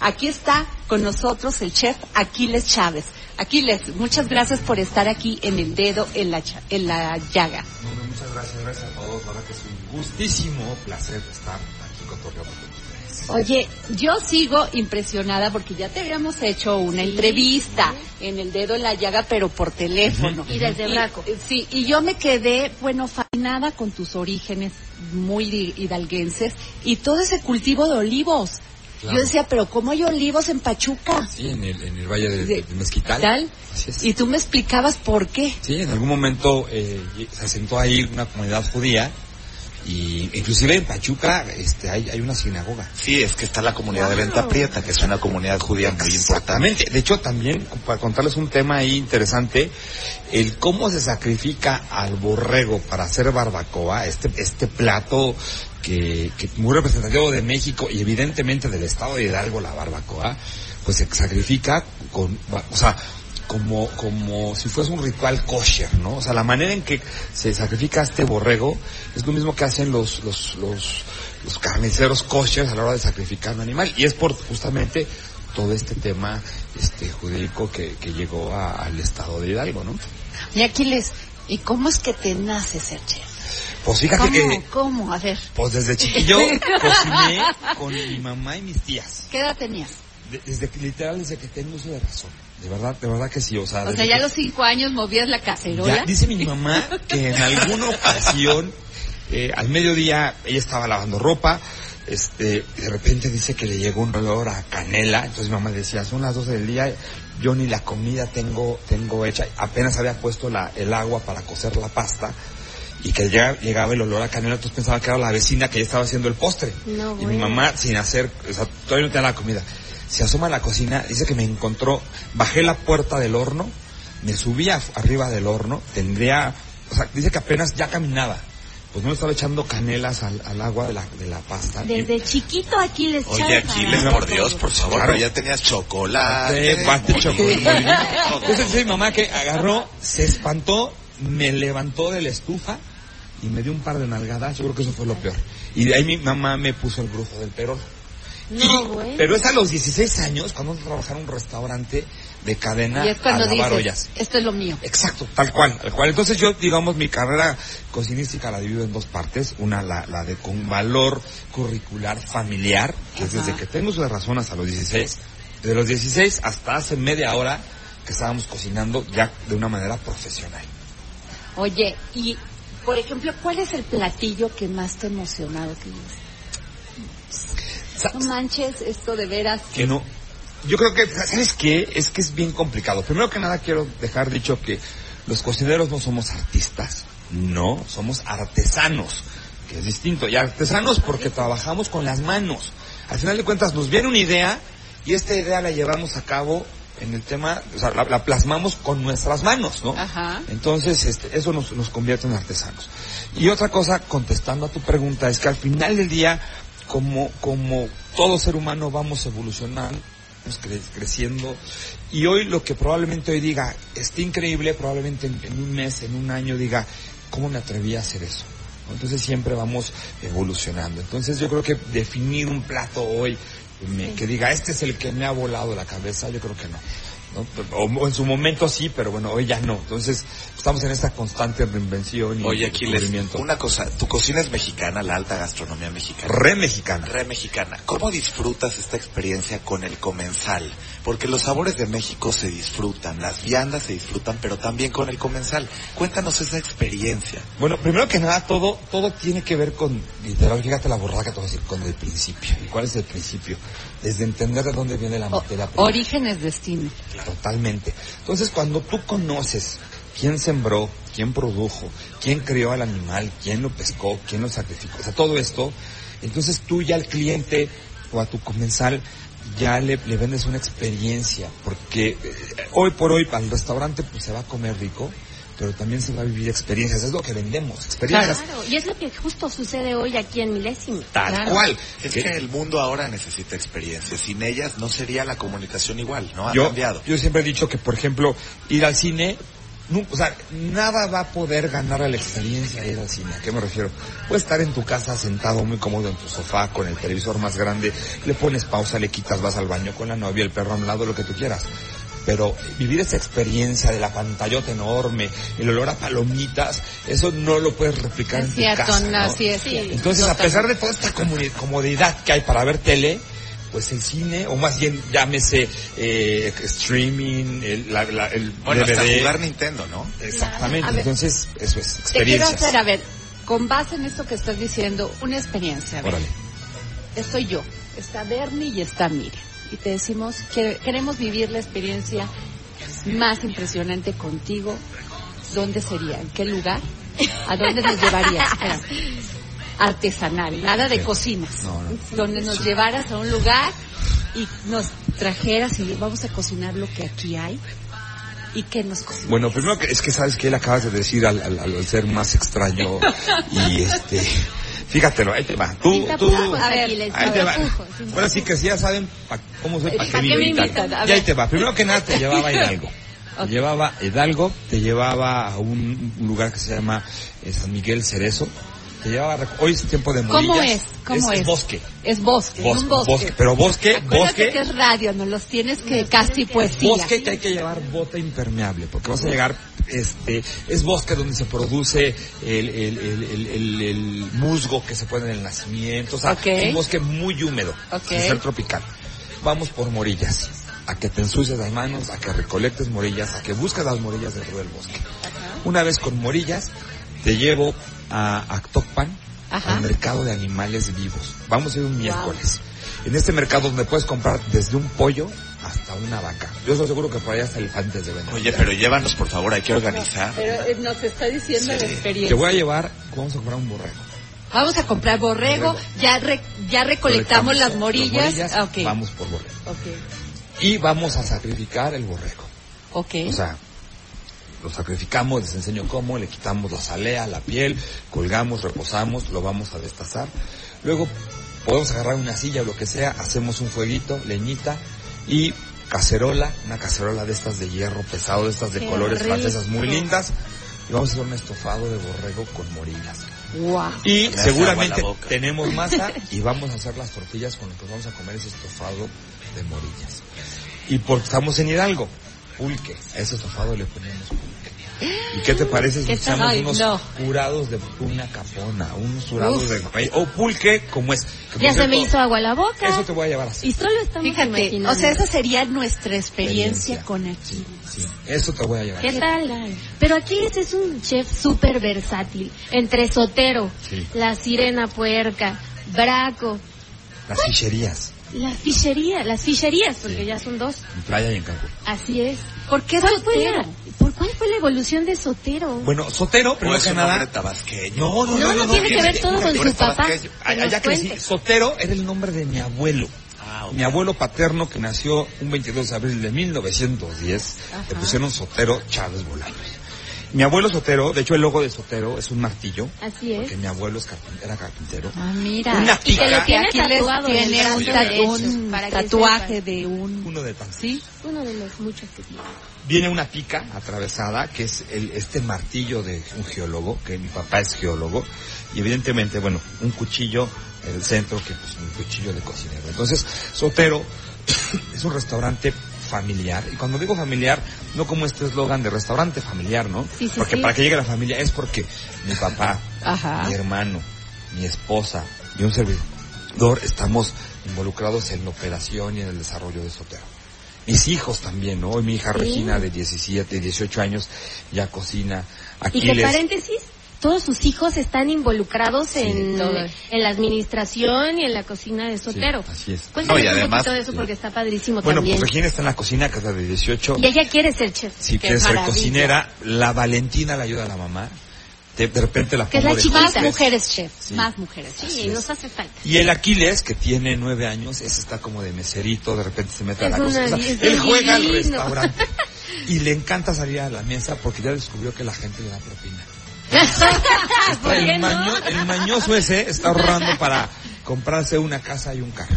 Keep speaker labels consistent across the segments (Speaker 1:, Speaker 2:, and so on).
Speaker 1: Aquí está con nosotros el chef Aquiles Chávez. Aquiles, muchas gracias por estar aquí en el dedo en la, cha- en la llaga.
Speaker 2: Bueno, muchas gracias, gracias a todos. La verdad que es un gustísimo placer estar aquí cotorreando con pues, ustedes.
Speaker 1: Oye, yo sigo impresionada porque ya te habíamos hecho una entrevista en el dedo en la llaga, pero por teléfono. eh,
Speaker 3: Y desde Braco.
Speaker 1: Sí, y yo me quedé, bueno, fascinada con tus orígenes muy hi- hidalguenses y todo ese cultivo de olivos.
Speaker 2: Claro.
Speaker 1: Yo decía, pero ¿cómo hay olivos en Pachuca?
Speaker 2: Sí, en el, en el Valle de,
Speaker 1: De-
Speaker 2: de Mezquital.
Speaker 1: Tal.
Speaker 2: Así es.
Speaker 1: Y tú me explicabas por qué.
Speaker 2: Sí, en algún momento eh, se asentó ahí una comunidad judía y inclusive en Pachuca este, hay, hay una sinagoga.
Speaker 4: Sí, es que está la comunidad de Venta Prieta, que es una comunidad judía muy importante.
Speaker 2: Exactamente. De hecho, también, para contarles un tema ahí interesante, el cómo se sacrifica al borrego para hacer barbacoa, este, este plato que, que muy representativo de México y evidentemente del estado de Hidalgo, la barbacoa, pues se sacrifica con, o sea, como, como si fuese un ritual kosher, ¿no? O sea, la manera en que se sacrifica este borrego es lo mismo que hacen los, los, los, los carniceros kosher a la hora de sacrificar un animal. Y es por justamente todo este tema este jurídico que, que llegó a- al estado de Hidalgo, ¿no?
Speaker 1: Y Aquiles, ¿y cómo es que te nace ser chef?
Speaker 2: Pues fíjate
Speaker 1: ¿Cómo?
Speaker 2: que,
Speaker 1: ¿Cómo? A ver,
Speaker 2: pues desde chiquillo cociné con mi mamá y mis tías.
Speaker 1: ¿qué edad tenías?
Speaker 2: De- desde que, literal, desde que tengo uso de razón. De verdad, de verdad que sí, o sea...
Speaker 1: O sea,
Speaker 2: desde
Speaker 1: ya a
Speaker 2: que-
Speaker 1: los cinco años movías la
Speaker 2: Ya,
Speaker 1: cacerola.
Speaker 2: dice mi mamá que en alguna ocasión, eh, al mediodía, ella estaba lavando ropa, este, y de repente dice que le llegó un olor a canela, entonces mi mamá decía, son las 12 del día, yo ni la comida tengo, tengo hecha, apenas había puesto la, el agua para cocer la pasta, y que ya llegaba el olor a canela, entonces pensaba que era la vecina que ya estaba haciendo el postre.
Speaker 3: No,
Speaker 2: y mi
Speaker 3: bueno.
Speaker 2: mamá, sin hacer, o sea, todavía no tenía la comida, se asoma a la cocina, dice que me encontró, bajé la puerta del horno, me subía arriba del horno, tendría, o sea, dice que apenas ya caminaba. Pues no le estaba echando canelas al, al agua de la, de la pasta.
Speaker 3: Desde chiquito Aquiles
Speaker 4: Oye,
Speaker 3: Chávez
Speaker 4: Aquiles,
Speaker 3: Arana.
Speaker 4: por Dios, por favor,
Speaker 2: Claro.
Speaker 4: pero ya tenías chocolate.
Speaker 2: Té, pastel, chocolate. Entonces
Speaker 4: Entonces,
Speaker 2: dice mi mamá que agarró, se espantó, me levantó de la estufa y me dio un par de nalgadas. Yo creo que eso fue lo peor. Y de ahí mi mamá me puso el brujo del perol.
Speaker 3: No,
Speaker 2: Y-
Speaker 3: güey.
Speaker 2: Pero es a los 16 años cuando trabajaba en un restaurante de cadena
Speaker 1: Y es cuando
Speaker 2: a lavar
Speaker 1: dices,
Speaker 2: ollas.
Speaker 1: esto es lo mío.
Speaker 2: Exacto, tal cual, tal cual. Entonces yo, digamos, mi carrera cocinística la divido en dos partes. Una, la, la de con valor curricular familiar, que es
Speaker 1: Ajá.
Speaker 2: desde que tengo sus razón hasta los 16. De los 16 hasta hace media hora que estábamos cocinando ya de una manera profesional.
Speaker 1: Oye, y por ejemplo, ¿cuál es el platillo que más te ha emocionado? Que dices,
Speaker 2: Sa-
Speaker 1: no manches, esto de veras.
Speaker 2: que no. Yo creo que, ¿sabes qué? Es que es bien complicado. Primero que nada quiero dejar dicho que los cocineros no somos artistas, no, somos artesanos, que es distinto. Y artesanos porque trabajamos con las manos. Al final de cuentas nos viene una idea y esta idea la llevamos a cabo en el tema, o sea, la, la plasmamos con nuestras manos, ¿no?
Speaker 1: Ajá.
Speaker 2: Entonces, este, eso nos, nos convierte en artesanos. Y otra cosa, contestando a tu pregunta, es que al final del día, como, como todo ser humano, vamos evolucionando, vamos cre- creciendo. Y hoy lo que probablemente hoy diga, está increíble, probablemente en, en un mes, en un año diga, ¿cómo me atreví a hacer eso? ¿No? Entonces siempre vamos evolucionando. Entonces yo creo que definir un plato hoy me- que diga, este es el que me ha volado la cabeza, yo creo que no. ¿no? O, o en su momento sí, pero bueno, hoy ya no. Entonces, estamos en esta constante reinvención y
Speaker 4: Oye, Aquiles,
Speaker 2: descubrimiento.
Speaker 4: una cosa, tu cocina es mexicana, la alta gastronomía mexicana.
Speaker 2: re mexicana.
Speaker 4: Re mexicana. ¿Cómo disfrutas esta experiencia con el comensal? Porque los sabores de México se disfrutan, las viandas se disfrutan, pero también con el comensal. Cuéntanos esa experiencia.
Speaker 2: Bueno, primero que nada, todo, todo tiene que ver con, literal, fíjate la borraca, te voy a decir, con el principio. ¿Y cuál es el principio? Desde entender de dónde viene la
Speaker 1: O-
Speaker 2: materia prima.
Speaker 1: origen es destino.
Speaker 2: Totalmente. Entonces, cuando tú conoces quién sembró, quién produjo, quién crió al animal, quién lo pescó, quién lo sacrificó, o sea, todo esto, Entonces tú ya al cliente o a tu comensal ya le, le vendes una experiencia, porque eh, hoy por hoy para el restaurante pues se va a comer rico, pero también se va a vivir experiencias, es lo que vendemos, experiencias.
Speaker 3: Claro, y es lo que justo sucede hoy aquí en Milésimo.
Speaker 2: Tal
Speaker 3: Claro.
Speaker 2: cual.
Speaker 4: Es
Speaker 2: Que-
Speaker 4: que el mundo ahora necesita experiencias. Sin ellas no sería la comunicación igual, ¿no? Ha
Speaker 2: yo,
Speaker 4: cambiado.
Speaker 2: yo siempre he dicho que, por ejemplo, ir al cine, nu- o sea, nada va a poder ganar a la experiencia de ir al cine. ¿A qué me refiero? Puedes estar en tu casa sentado muy cómodo en tu sofá con el televisor más grande, le pones pausa, le quitas, vas al baño con la novia, el perro a un lado, lo que tú quieras. Pero vivir esa experiencia de la pantallota enorme, el olor a palomitas, eso no lo puedes replicar en
Speaker 1: Es
Speaker 2: tu
Speaker 1: cierto,
Speaker 2: casa.
Speaker 1: no,
Speaker 2: ¿no?
Speaker 1: así es.
Speaker 2: Entonces, a
Speaker 1: Totalmente.
Speaker 2: pesar de toda esta comuni- comodidad que hay para ver tele, pues el cine, o más bien llámese eh, streaming, el, la- la- el
Speaker 4: Bueno, hasta
Speaker 2: DVD.
Speaker 4: jugar Nintendo, ¿no?
Speaker 2: Exactamente,
Speaker 1: A ver.
Speaker 2: entonces eso
Speaker 1: Te
Speaker 2: es,
Speaker 1: quiero
Speaker 2: experiencias.
Speaker 1: hacer, a ver, con base en esto que estás diciendo, una experiencia. A ver,
Speaker 2: Órale.
Speaker 1: estoy yo, está Bernie y está Miriam. Y te decimos que queremos vivir la experiencia más impresionante contigo. ¿Dónde sería? ¿En qué lugar? ¿A dónde nos llevarías? Espérate. Artesanal, nada de cocinas.
Speaker 2: No, no.
Speaker 1: Donde nos llevaras a un lugar y nos trajeras y vamos a cocinar lo que aquí hay. ¿Y qué nos cocinas?
Speaker 2: Bueno, primero que es que sabes que él acabas de decir al, al- al ser más extraño y este, fíjatelo, ahí te va. Tú,
Speaker 3: Sin
Speaker 2: tú,
Speaker 3: tapujos,
Speaker 1: a ver,
Speaker 3: Aquiles,
Speaker 2: ahí
Speaker 3: sin
Speaker 2: te va.
Speaker 3: tapujos, sin
Speaker 2: Bueno, sí que sí, ya saben pa- cómo soy, para
Speaker 1: ¿Pa'
Speaker 2: qué
Speaker 1: qué
Speaker 2: me
Speaker 1: me
Speaker 2: invitan.
Speaker 1: invitan? A
Speaker 2: Y ahí
Speaker 1: ver.
Speaker 2: te va. Primero que nada te llevaba a Hidalgo. Te
Speaker 1: Ok.
Speaker 2: llevaba a Hidalgo, te llevaba a un un lugar que se llama eh, San Miguel Cerezo. Te llevaba, a rec- hoy es tiempo de morillas.
Speaker 1: ¿Cómo es? ¿Cómo es?
Speaker 2: bosque.
Speaker 1: Es bosque, es
Speaker 2: Bosque,
Speaker 1: un bosque.
Speaker 2: bosque, pero bosque,
Speaker 1: Acuérdate
Speaker 2: bosque.
Speaker 1: que es radio, nos los tienes que casi pues, poesía.
Speaker 2: Bosque que hay que llevar bota impermeable, porque vas a llegar, este, es bosque donde se produce el, el, el, el, el- el musgo que se pone en el nacimiento, o sea,
Speaker 1: Ok.
Speaker 2: es un bosque muy húmedo,
Speaker 1: Ok.
Speaker 2: sin ser tropical. Vamos por morillas, a que te ensucias las manos, a que recolectes morillas, a que busques las morillas dentro del bosque. Una vez con morillas, te llevo a Actopan,
Speaker 1: Ajá.
Speaker 2: al mercado de animales vivos. Vamos a ir un miércoles. En este mercado donde puedes comprar desde un pollo hasta una vaca. Yo estoy seguro que por ahí hasta elefantes de vender.
Speaker 4: Oye, pero llévanos, por favor, hay que organizar.
Speaker 1: Pero eh, nos está diciendo la
Speaker 2: Te
Speaker 1: experiencia.
Speaker 2: voy a llevar, vamos a comprar un borrego.
Speaker 1: Vamos a comprar borrego, ya re- ya recolectamos las
Speaker 2: Los
Speaker 1: morillas. Ah, ok.
Speaker 2: Vamos por borrego.
Speaker 1: Ok.
Speaker 2: Y vamos a sacrificar el borrego.
Speaker 1: Ok.
Speaker 2: O sea, lo sacrificamos, les enseño cómo, le quitamos la salea, la piel, colgamos, reposamos, lo vamos a destazar. Luego podemos agarrar una silla o lo que sea, hacemos un fueguito, leñita y cacerola, una cacerola de estas de hierro pesado, de estas de
Speaker 3: Qué
Speaker 2: colores
Speaker 3: rico.
Speaker 2: francesas muy lindas. Y vamos a hacer un estofado de borrego con morillas.
Speaker 1: wow.
Speaker 2: Y
Speaker 4: hace agua
Speaker 2: seguramente
Speaker 4: la boca.
Speaker 2: tenemos masa y vamos a hacer las tortillas con lo que vamos a comer ese estofado de morillas. Y porque estamos en Hidalgo, pulque. A ese estofado le ponemos pulque. ¿Y qué te parece si
Speaker 1: ¿Qué tal?
Speaker 2: usamos
Speaker 1: Ay,
Speaker 2: unos
Speaker 1: no.
Speaker 2: jurados de una capona, unos jurados
Speaker 1: Uf.
Speaker 2: de maíz, o pulque como es? Que, por
Speaker 3: Ya se me
Speaker 2: cierto,
Speaker 3: hizo agua la boca.
Speaker 2: Eso te voy a llevar así.
Speaker 3: Y solo estamos
Speaker 1: Fíjate,
Speaker 3: imaginando.
Speaker 1: o sea, esa sería nuestra experiencia
Speaker 2: Experiencia.
Speaker 1: con aquí.
Speaker 2: Sí, eso te voy a llevar.
Speaker 3: ¿Qué tal? Pero Aquiles es un chef súper versátil. Entre Sotero,
Speaker 2: Sí.
Speaker 3: la sirena puerca, Braco,
Speaker 2: Las ficherías,
Speaker 3: la fichería, las ficherías, porque ya son dos.
Speaker 2: en playa y en Cancún.
Speaker 3: Así es.
Speaker 1: ¿Por qué
Speaker 3: ¿Cuál fue,
Speaker 1: Sotero?
Speaker 3: la, ¿Por cuál fue la evolución de Sotero?
Speaker 2: Bueno, Sotero,
Speaker 4: No
Speaker 2: primero
Speaker 4: es
Speaker 2: que
Speaker 4: un hombre
Speaker 2: nada,
Speaker 4: tabasqueño.
Speaker 2: No, no, no,
Speaker 3: No, no tiene que ver todo con
Speaker 4: Tú eres
Speaker 3: su papá.
Speaker 4: tabasqueño.
Speaker 3: Que nos
Speaker 2: Allá crecí.
Speaker 3: cuente.
Speaker 2: Sotero era el nombre de mi abuelo.
Speaker 4: Ah, ok.
Speaker 2: Mi abuelo paterno que nació un 22 de abril de 1910, le pusieron Sotero Chávez Bolaños. Mi abuelo Sotero, de hecho el logo de Sotero es un martillo,
Speaker 3: Así es.
Speaker 2: porque mi abuelo es carpin- era carpintero.
Speaker 1: Ah, mira.
Speaker 2: Una
Speaker 1: y que
Speaker 2: pica.
Speaker 1: lo tiene
Speaker 3: Aquiles
Speaker 1: tatuado.
Speaker 3: tiene
Speaker 1: Tiene
Speaker 3: un
Speaker 1: un,
Speaker 3: tatu-
Speaker 1: un
Speaker 3: para que
Speaker 1: tatuaje
Speaker 3: sepan.
Speaker 1: de un...
Speaker 2: Uno de tantos.
Speaker 1: ¿Sí?
Speaker 3: Uno de los muchos que tiene.
Speaker 2: Viene una pica atravesada, que es el, este martillo de un geólogo, que mi papá es geólogo, y evidentemente, bueno, un cuchillo en el centro, que pues un cuchillo de cocinero. Entonces, Sotero es un restaurante familiar, y cuando digo familiar, no como este eslogan de restaurante familiar, ¿no?
Speaker 3: Sí, sí,
Speaker 2: porque
Speaker 3: sí.
Speaker 2: para que llegue la familia es porque mi papá,
Speaker 3: Ah.
Speaker 1: Ajá.
Speaker 2: mi hermano, mi esposa y un servidor estamos involucrados en la operación y en el desarrollo de Sotero. Mis hijos también, ¿no? Hoy mi hija
Speaker 3: Sí.
Speaker 2: Regina de 17, 18 años ya cocina.
Speaker 3: Y que
Speaker 2: Aquiles.
Speaker 3: paréntesis, todos sus hijos están involucrados en,
Speaker 1: Todos.
Speaker 3: en la administración y en la cocina de
Speaker 2: Sí,
Speaker 3: Sotero.
Speaker 2: así es.
Speaker 3: Cuéntanos
Speaker 4: No, y
Speaker 3: un
Speaker 4: además-
Speaker 3: poquito de eso porque está padrísimo
Speaker 2: Bueno,
Speaker 3: también.
Speaker 2: pues Regina está en la cocina, que es la de 18.
Speaker 3: Y ella quiere ser chef.
Speaker 2: Sí,
Speaker 1: Qué
Speaker 2: que es
Speaker 1: maravilla.
Speaker 2: cocinera. La Valentina la ayuda a la mamá. de, de repente la
Speaker 3: Que es la
Speaker 2: pongo de
Speaker 3: chiquita.
Speaker 1: Más
Speaker 2: hostess.
Speaker 1: mujeres chefs,
Speaker 2: Sí.
Speaker 1: más mujeres chefs.
Speaker 3: Sí, nos hace falta.
Speaker 2: Y el Aquiles, que tiene nueve años, ese está como de meserito, de repente se mete a la
Speaker 3: Es una-
Speaker 2: cosa. O sea,
Speaker 3: es
Speaker 2: él juega al
Speaker 3: divino.
Speaker 2: restaurante. Y le encanta salir a la mesa porque ya descubrió que la gente le da propina. Está el, maño- el mañoso ese está ahorrando para comprarse una casa y un carro.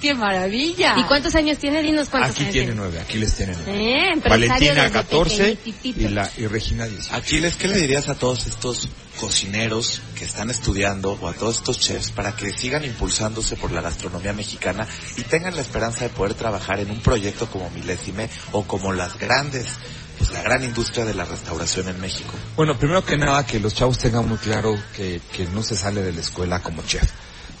Speaker 1: ¡Qué maravilla!
Speaker 3: ¿Y cuántos años tiene? Dinos cuántos
Speaker 2: Aquí
Speaker 3: años
Speaker 2: tiene nueve, Aquiles tiene nueve.
Speaker 3: Eh, empresario
Speaker 2: Valentina
Speaker 3: desde
Speaker 2: 14
Speaker 3: pequeñitito.
Speaker 2: y, la, y Regina 18.
Speaker 4: Aquiles, ¿qué le dirías a todos estos cocineros que están estudiando o a todos estos chefs para que sigan impulsándose por la gastronomía mexicana y tengan la esperanza de poder trabajar en un proyecto como Milésime o como las grandes, pues la gran industria de la restauración en México?
Speaker 2: Bueno, primero que nada, que los chavos tengan muy claro que, que no se sale de la escuela como chef.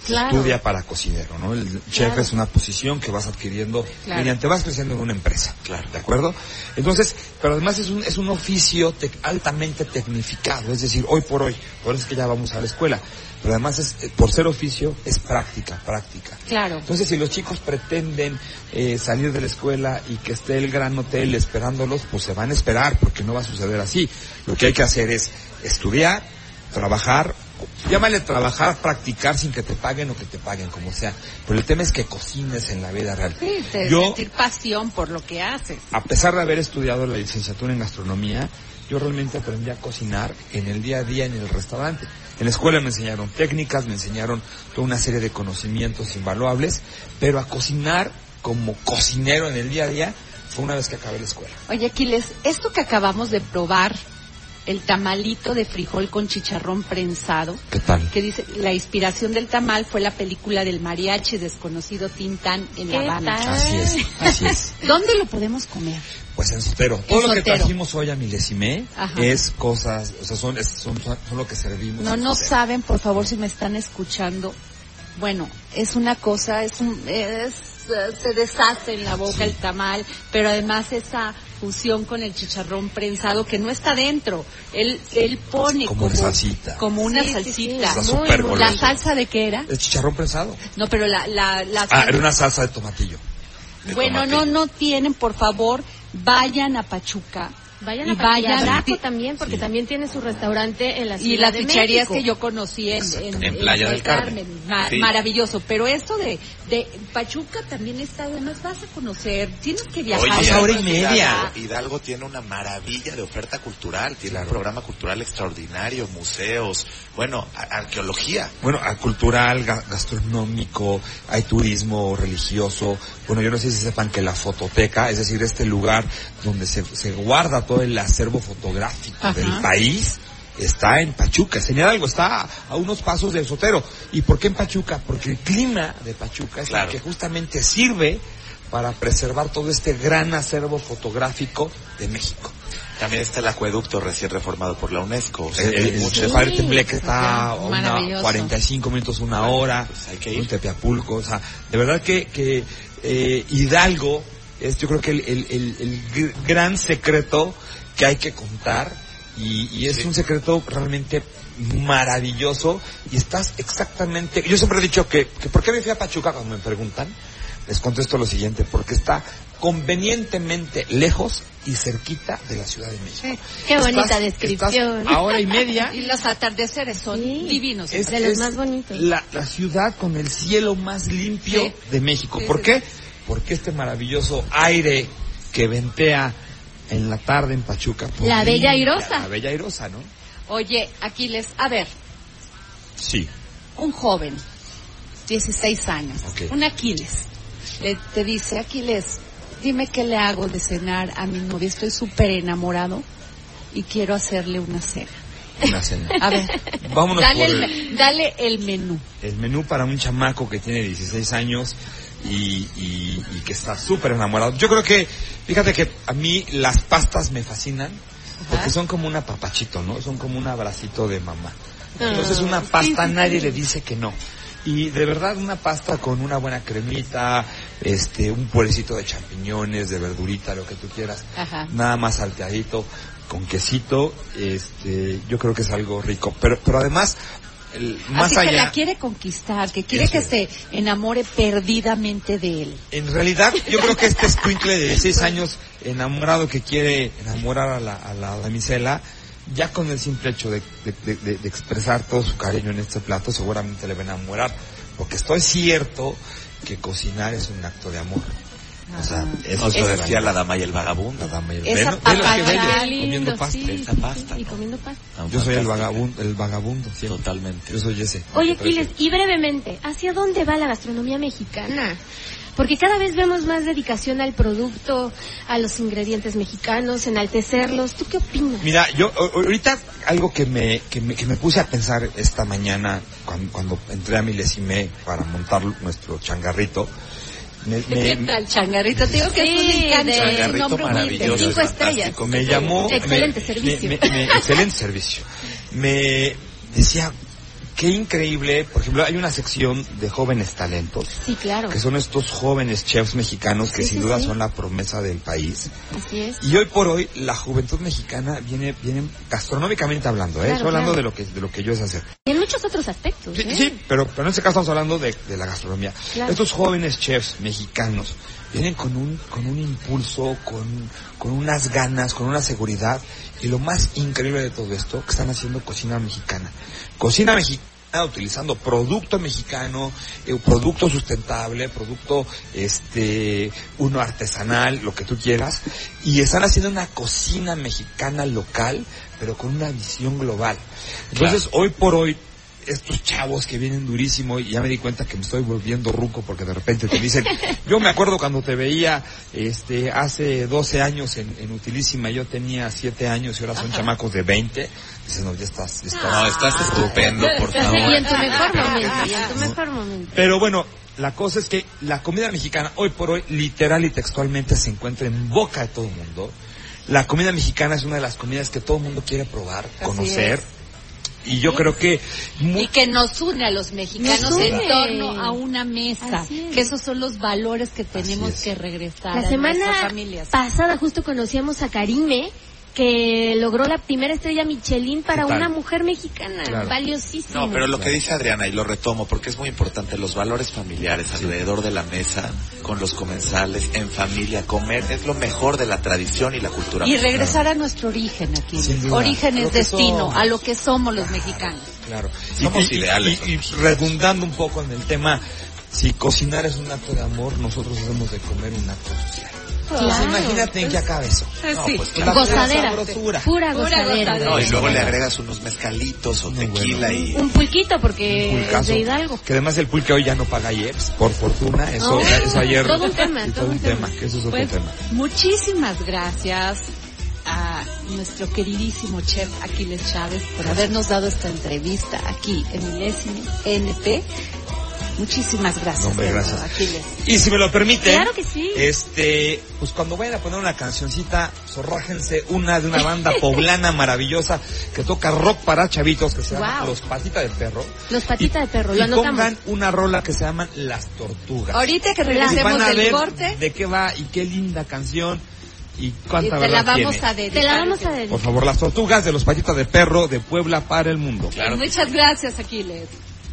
Speaker 2: Se
Speaker 3: Claro.
Speaker 2: estudia para cocinero, ¿no? El chef es una posición que vas adquiriendo
Speaker 1: Claro.
Speaker 2: mediante vas creciendo en una empresa.
Speaker 4: Claro.
Speaker 2: ¿De acuerdo? Entonces, pero además es un, es un oficio tec- altamente tecnificado, es decir, hoy por hoy, por eso es que ya vamos a la escuela. Pero además, es, eh, por ser oficio, es práctica, práctica.
Speaker 1: Claro.
Speaker 2: Entonces, si los chicos pretenden eh, salir de la escuela y que esté el gran hotel esperándolos, pues se van a esperar, porque no va a suceder así. Lo que hay que hacer es estudiar, trabajar, llámale trabajar, practicar sin que te paguen o que te paguen, como sea. Pero el tema es que cocines en la vida real.
Speaker 1: Sí, te-
Speaker 2: Yo,
Speaker 1: sentir pasión por lo que haces.
Speaker 2: a pesar de haber estudiado la licenciatura en gastronomía, yo realmente aprendí a cocinar en el día a día en el restaurante. En la escuela me enseñaron técnicas, me enseñaron toda una serie de conocimientos invaluables, pero a cocinar como cocinero en el día a día fue una vez que acabé la escuela.
Speaker 1: Oye, Aquiles, esto que acabamos de probar, el tamalito de frijol con chicharrón prensado,
Speaker 2: ¿Qué tal?
Speaker 1: que dice, la inspiración del tamal fue la película del mariachi desconocido Tintán en La
Speaker 3: ¿Qué
Speaker 1: Habana.
Speaker 3: tal?
Speaker 2: Así es, así es.
Speaker 1: ¿Dónde lo podemos comer?
Speaker 2: Pues en Sotero. Todo lo que
Speaker 1: Sotero.
Speaker 2: trajimos hoy a Milesime
Speaker 1: Ajá.
Speaker 2: es cosas, o sea, son, es- son, son, son lo que servimos.
Speaker 1: No,
Speaker 2: en
Speaker 1: no
Speaker 2: Sotero.
Speaker 1: saben, por favor, si me están escuchando. Bueno, es una cosa, es un, es, eh, se deshace en la boca el tamal, pero además esa fusión con el chicharrón prensado que no está dentro, él, él pone
Speaker 2: Como
Speaker 1: como,
Speaker 2: una salsita.
Speaker 1: como una
Speaker 3: Sí, sí,
Speaker 1: salsita.
Speaker 3: sí,
Speaker 2: Está
Speaker 3: muy
Speaker 2: súper
Speaker 3: bueno.
Speaker 2: goloso.
Speaker 1: La salsa de qué era?
Speaker 2: Es chicharrón prensado.
Speaker 1: No, pero la, la, la
Speaker 2: Ah, era una salsa de tomatillo.
Speaker 4: de
Speaker 1: bueno,
Speaker 4: tomate.
Speaker 1: no, no tienen, por favor, vayan a Pachuca.
Speaker 3: Vayan
Speaker 1: y
Speaker 3: a Vayan
Speaker 1: vayan a-
Speaker 3: también, porque también tiene su restaurante en la
Speaker 1: y
Speaker 3: ciudad
Speaker 1: las
Speaker 3: de
Speaker 1: pizzerías
Speaker 3: México.
Speaker 1: que yo conocí en, en,
Speaker 4: En Playa del Carmen.
Speaker 1: Ma-
Speaker 4: Sí.
Speaker 1: Maravilloso. Pero esto de, de Pachuca también está, además vas a conocer, tienes que viajar.
Speaker 2: Oye, Dos horas y media.
Speaker 4: Hidalgo, Hidalgo tiene una maravilla de oferta cultural, tiene un programa cultural extraordinario, museos, bueno, a- arqueología.
Speaker 2: Bueno, a cultural, ga- gastronómico, hay turismo religioso. Bueno, yo no sé si sepan que la fototeca, es decir, este lugar donde se, se guarda todo el acervo fotográfico
Speaker 1: Ajá.
Speaker 2: del país, está en Pachuca. Señala algo, está a unos pasos del Sotero. ¿Y por qué en Pachuca? Porque el clima de Pachuca es
Speaker 4: Claro.
Speaker 2: el que justamente sirve para preservar todo este gran acervo fotográfico de México.
Speaker 4: También está el acueducto recién reformado por la UNESCO. o sea,
Speaker 2: El,
Speaker 4: hay
Speaker 2: el-
Speaker 4: muchas-
Speaker 2: el Padre Tembleque está a
Speaker 1: Ajá,
Speaker 2: una
Speaker 1: maravilloso.
Speaker 2: 45 minutos, una hora,
Speaker 4: Pues hay que ir.
Speaker 2: un Tepeapulco, o sea, de verdad que, que eh, Hidalgo es yo creo que el, el- el- el gr- gran secreto que hay que contar y, y es
Speaker 4: Sí.
Speaker 2: un secreto realmente maravilloso y estás exactamente, yo siempre he dicho que, que ¿por qué me fui a Pachuca cuando me preguntan? Les contesto lo siguiente, porque está convenientemente lejos y cerquita de la Ciudad de México.
Speaker 3: Qué
Speaker 2: Estás-
Speaker 3: bonita descripción.
Speaker 2: estás a hora y media.
Speaker 1: Y los atardeceres son
Speaker 3: Sí.
Speaker 1: divinos.
Speaker 2: Es-
Speaker 3: de los
Speaker 2: es
Speaker 3: más bonitos.
Speaker 2: La, la ciudad con el cielo más limpio
Speaker 1: Sí.
Speaker 2: de México.
Speaker 1: Sí,
Speaker 2: ¿Por
Speaker 1: sí,
Speaker 2: qué?
Speaker 1: sí.
Speaker 2: Porque este maravilloso aire que ventea en la tarde en Pachuca. pues,
Speaker 3: La bella
Speaker 2: limpia,
Speaker 3: airosa.
Speaker 2: La bella airosa, ¿no?
Speaker 1: Oye, Aquiles, a ver,
Speaker 2: Sí.
Speaker 1: un joven, 16 años,
Speaker 2: Ok.
Speaker 1: un Aquiles, le- te dice, Aquiles, dime qué le hago de cenar a mi novia, estoy súper enamorado y quiero hacerle una cena.
Speaker 2: Una cena.
Speaker 1: A ver,
Speaker 2: Vámonos
Speaker 1: dale,
Speaker 2: por
Speaker 1: el,
Speaker 2: el-
Speaker 1: me- dale el menú.
Speaker 2: el menú para un chamaco que tiene 16 años y, y- y que está súper enamorado. Yo creo que, fíjate que a mí las pastas me fascinan porque son como un apapachito, ¿no? Son como un abracito de mamá. Entonces
Speaker 1: Ah,
Speaker 2: una
Speaker 3: Ah.
Speaker 2: pasta nadie le dice que no. Y de verdad una pasta con una buena cremita, este, un purecito de champiñones, de verdurita, lo que tú quieras,
Speaker 1: Ajá.
Speaker 2: nada más salteadito, con quesito, este, yo creo que es algo rico. Pero, pero además, el- más
Speaker 1: Así
Speaker 2: allá.
Speaker 1: que la quiere conquistar, que quiere
Speaker 2: Eso
Speaker 1: que
Speaker 2: es.
Speaker 1: se enamore perdidamente de él.
Speaker 2: En realidad, yo creo que este escuincle de 16 años enamorado que quiere enamorar a la, a la damisela, ya con el simple hecho de, de- de- de expresar todo su cariño en este plato, seguramente le van a enamorar. Porque estoy cierto que cocinar es un acto de amor. O sea, eso
Speaker 4: Nos lo
Speaker 2: es-
Speaker 4: decía la dama y el vagabundo.
Speaker 2: La dama y el
Speaker 1: Es
Speaker 2: velo. Velo que bello,
Speaker 1: apapachar.
Speaker 2: comiendo pasta.
Speaker 3: Ah, sí,
Speaker 4: esa
Speaker 3: sí,
Speaker 4: pasta,
Speaker 3: sí, Y
Speaker 4: ¿no?
Speaker 3: comiendo pasta.
Speaker 4: Tan
Speaker 2: Yo soy el
Speaker 4: fantástica.
Speaker 2: vagabundo, el vagabundo. siempre.
Speaker 4: Totalmente.
Speaker 2: Yo soy ese.
Speaker 3: Oye, Aquiles, y brevemente, ¿hacia dónde va la gastronomía mexicana? Porque cada vez vemos más dedicación al producto, a los ingredientes mexicanos, enaltecerlos. ¿Tú qué opinas?
Speaker 2: Mira, yo a- ahorita algo que me, que me, que me puse a pensar esta mañana cuando, cuando entré a Milesimé para montar nuestro changarrito. Me,
Speaker 1: ¿Qué
Speaker 2: me-
Speaker 1: tal, changarrito? Te digo que
Speaker 3: Sí,
Speaker 1: es un encanto,
Speaker 3: de-
Speaker 1: es un
Speaker 4: Changarrito
Speaker 1: nombre humilde.
Speaker 4: maravilloso,
Speaker 1: Cinco
Speaker 4: es
Speaker 1: estrellas.
Speaker 4: fantástico.
Speaker 2: me llamó.
Speaker 3: Excelente
Speaker 2: me-
Speaker 3: servicio.
Speaker 2: me- me- excelente servicio. Me decía, qué increíble. Por ejemplo, hay una sección de jóvenes talentos.
Speaker 3: Sí, claro.
Speaker 2: que son estos jóvenes chefs mexicanos que
Speaker 3: Sí,
Speaker 2: sin
Speaker 3: sí,
Speaker 2: duda
Speaker 3: sí.
Speaker 2: son la promesa del país.
Speaker 3: Así es.
Speaker 2: Y hoy por hoy la juventud mexicana viene, viene gastronómicamente hablando, ¿eh?
Speaker 3: Claro,
Speaker 2: Estoy hablando
Speaker 3: claro.
Speaker 2: de lo que de lo que yo sé hacer.
Speaker 3: Y en muchos otros aspectos.
Speaker 2: Sí,
Speaker 3: ¿eh?
Speaker 2: sí, pero, pero en este caso estamos hablando de, de la gastronomía.
Speaker 3: Claro.
Speaker 2: Estos jóvenes chefs mexicanos vienen con un, con un impulso, con, con unas ganas, con una seguridad. Y lo más increíble de todo esto, que están haciendo cocina mexicana. Cocina mexicana utilizando producto mexicano, eh, producto sustentable, producto este uno artesanal, lo que tú quieras, y están haciendo una cocina mexicana local, pero con una visión global. Entonces, hoy por hoy estos chavos que vienen durísimo y ya me di cuenta que me estoy volviendo ruco porque de repente te dicen, yo me acuerdo cuando te veía este hace 12 años en, en Utilísima, yo tenía 7 años y ahora son chamacos de 20, dices, no, ya estás, ya estás
Speaker 4: No, estás estupendo, por
Speaker 3: Estás ahí
Speaker 4: favor.
Speaker 3: en tu mejor momento, y en tu mejor momento.
Speaker 2: Pero bueno, la cosa es que la comida mexicana hoy por hoy, literal y textualmente, se encuentra en boca de todo el mundo. La comida mexicana es una de las comidas que todo el mundo quiere probar,
Speaker 1: Así
Speaker 2: conocer. Y yo creo que muy-
Speaker 1: Y que nos une a los mexicanos
Speaker 3: Nos
Speaker 1: en
Speaker 3: une.
Speaker 1: torno a una mesa.
Speaker 3: Así es.
Speaker 1: Que esos son los valores que tenemos
Speaker 2: es.
Speaker 1: que regresar
Speaker 3: La
Speaker 1: a nuestras
Speaker 3: semana
Speaker 1: familias.
Speaker 3: pasada justo conocíamos a Karime, que logró la primera estrella Michelin para
Speaker 2: ¿Qué tal?
Speaker 3: una mujer mexicana.
Speaker 2: Claro.
Speaker 3: Valiosísima.
Speaker 4: No, pero lo que dice Adriana, y lo retomo porque es muy importante, los valores familiares alrededor de la mesa, con los comensales, en familia, comer es lo mejor de la tradición y la cultura.
Speaker 1: Y regresar a nuestro origen aquí.
Speaker 2: Sin duda.
Speaker 1: Origen
Speaker 2: Lo
Speaker 1: es
Speaker 2: que
Speaker 1: destino,
Speaker 2: somos.
Speaker 1: a lo que somos los mexicanos.
Speaker 2: Claro.
Speaker 4: Somos ideales.
Speaker 2: Y, y redundando un poco en el tema, si cocinar es un acto de amor, nosotros debemos de comer un acto social. Entonces,
Speaker 3: Claro.
Speaker 2: imagínate en qué acaba eso.
Speaker 4: No,
Speaker 1: Sí.
Speaker 4: pues
Speaker 2: La
Speaker 4: claro.
Speaker 3: Gozadera.
Speaker 2: sabrosura.
Speaker 3: Pura
Speaker 1: Pura
Speaker 3: gozadera.
Speaker 1: gozadera.
Speaker 4: No, y luego le agregas unos mezcalitos o
Speaker 2: Muy
Speaker 4: tequila
Speaker 2: bueno.
Speaker 4: y...
Speaker 3: Un pulquito porque es
Speaker 2: Pulcazo.
Speaker 3: de Hidalgo.
Speaker 2: Que además el pulque hoy ya no paga IEPS, por fortuna. Eso,
Speaker 3: Oh,
Speaker 2: eso ayer.
Speaker 3: todo un tema,
Speaker 2: y todo, un tema. que eso es otro
Speaker 1: Pues,
Speaker 2: tema.
Speaker 1: muchísimas gracias a nuestro queridísimo chef Aquiles Chávez por habernos dado esta entrevista aquí en Milésimo NP. Muchísimas gracias,
Speaker 2: No, hombre,
Speaker 1: de
Speaker 2: gracias.
Speaker 1: nuevo, Aquiles.
Speaker 2: Y si me lo permiten.
Speaker 3: Claro que sí.
Speaker 2: Este, pues cuando vayan a poner una cancioncita, zorrájense una de una banda poblana maravillosa que toca rock para chavitos que se llama
Speaker 3: Wow.
Speaker 2: Los Patitas de Perro.
Speaker 3: Los patitas de perro,
Speaker 2: Y
Speaker 3: lo anotamos.
Speaker 2: pongan una rola que se llama Las Tortugas.
Speaker 1: Ahorita que
Speaker 2: Y van
Speaker 1: regresemos
Speaker 2: a
Speaker 1: del
Speaker 2: ver
Speaker 1: corte,
Speaker 2: de qué va y qué linda canción y
Speaker 1: y
Speaker 2: cuánta
Speaker 1: te la
Speaker 2: verdad
Speaker 1: vamos
Speaker 2: tiene.
Speaker 1: a dedicar.
Speaker 3: Te la vamos a
Speaker 2: Por
Speaker 3: dedicar.
Speaker 2: favor, Las Tortugas de Los Patitas de Perro de Puebla para el mundo.
Speaker 4: Claro.
Speaker 1: Muchas gracias, Aquiles.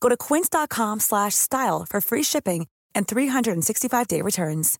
Speaker 5: Go to quince.com/style for free shipping and 365-day returns.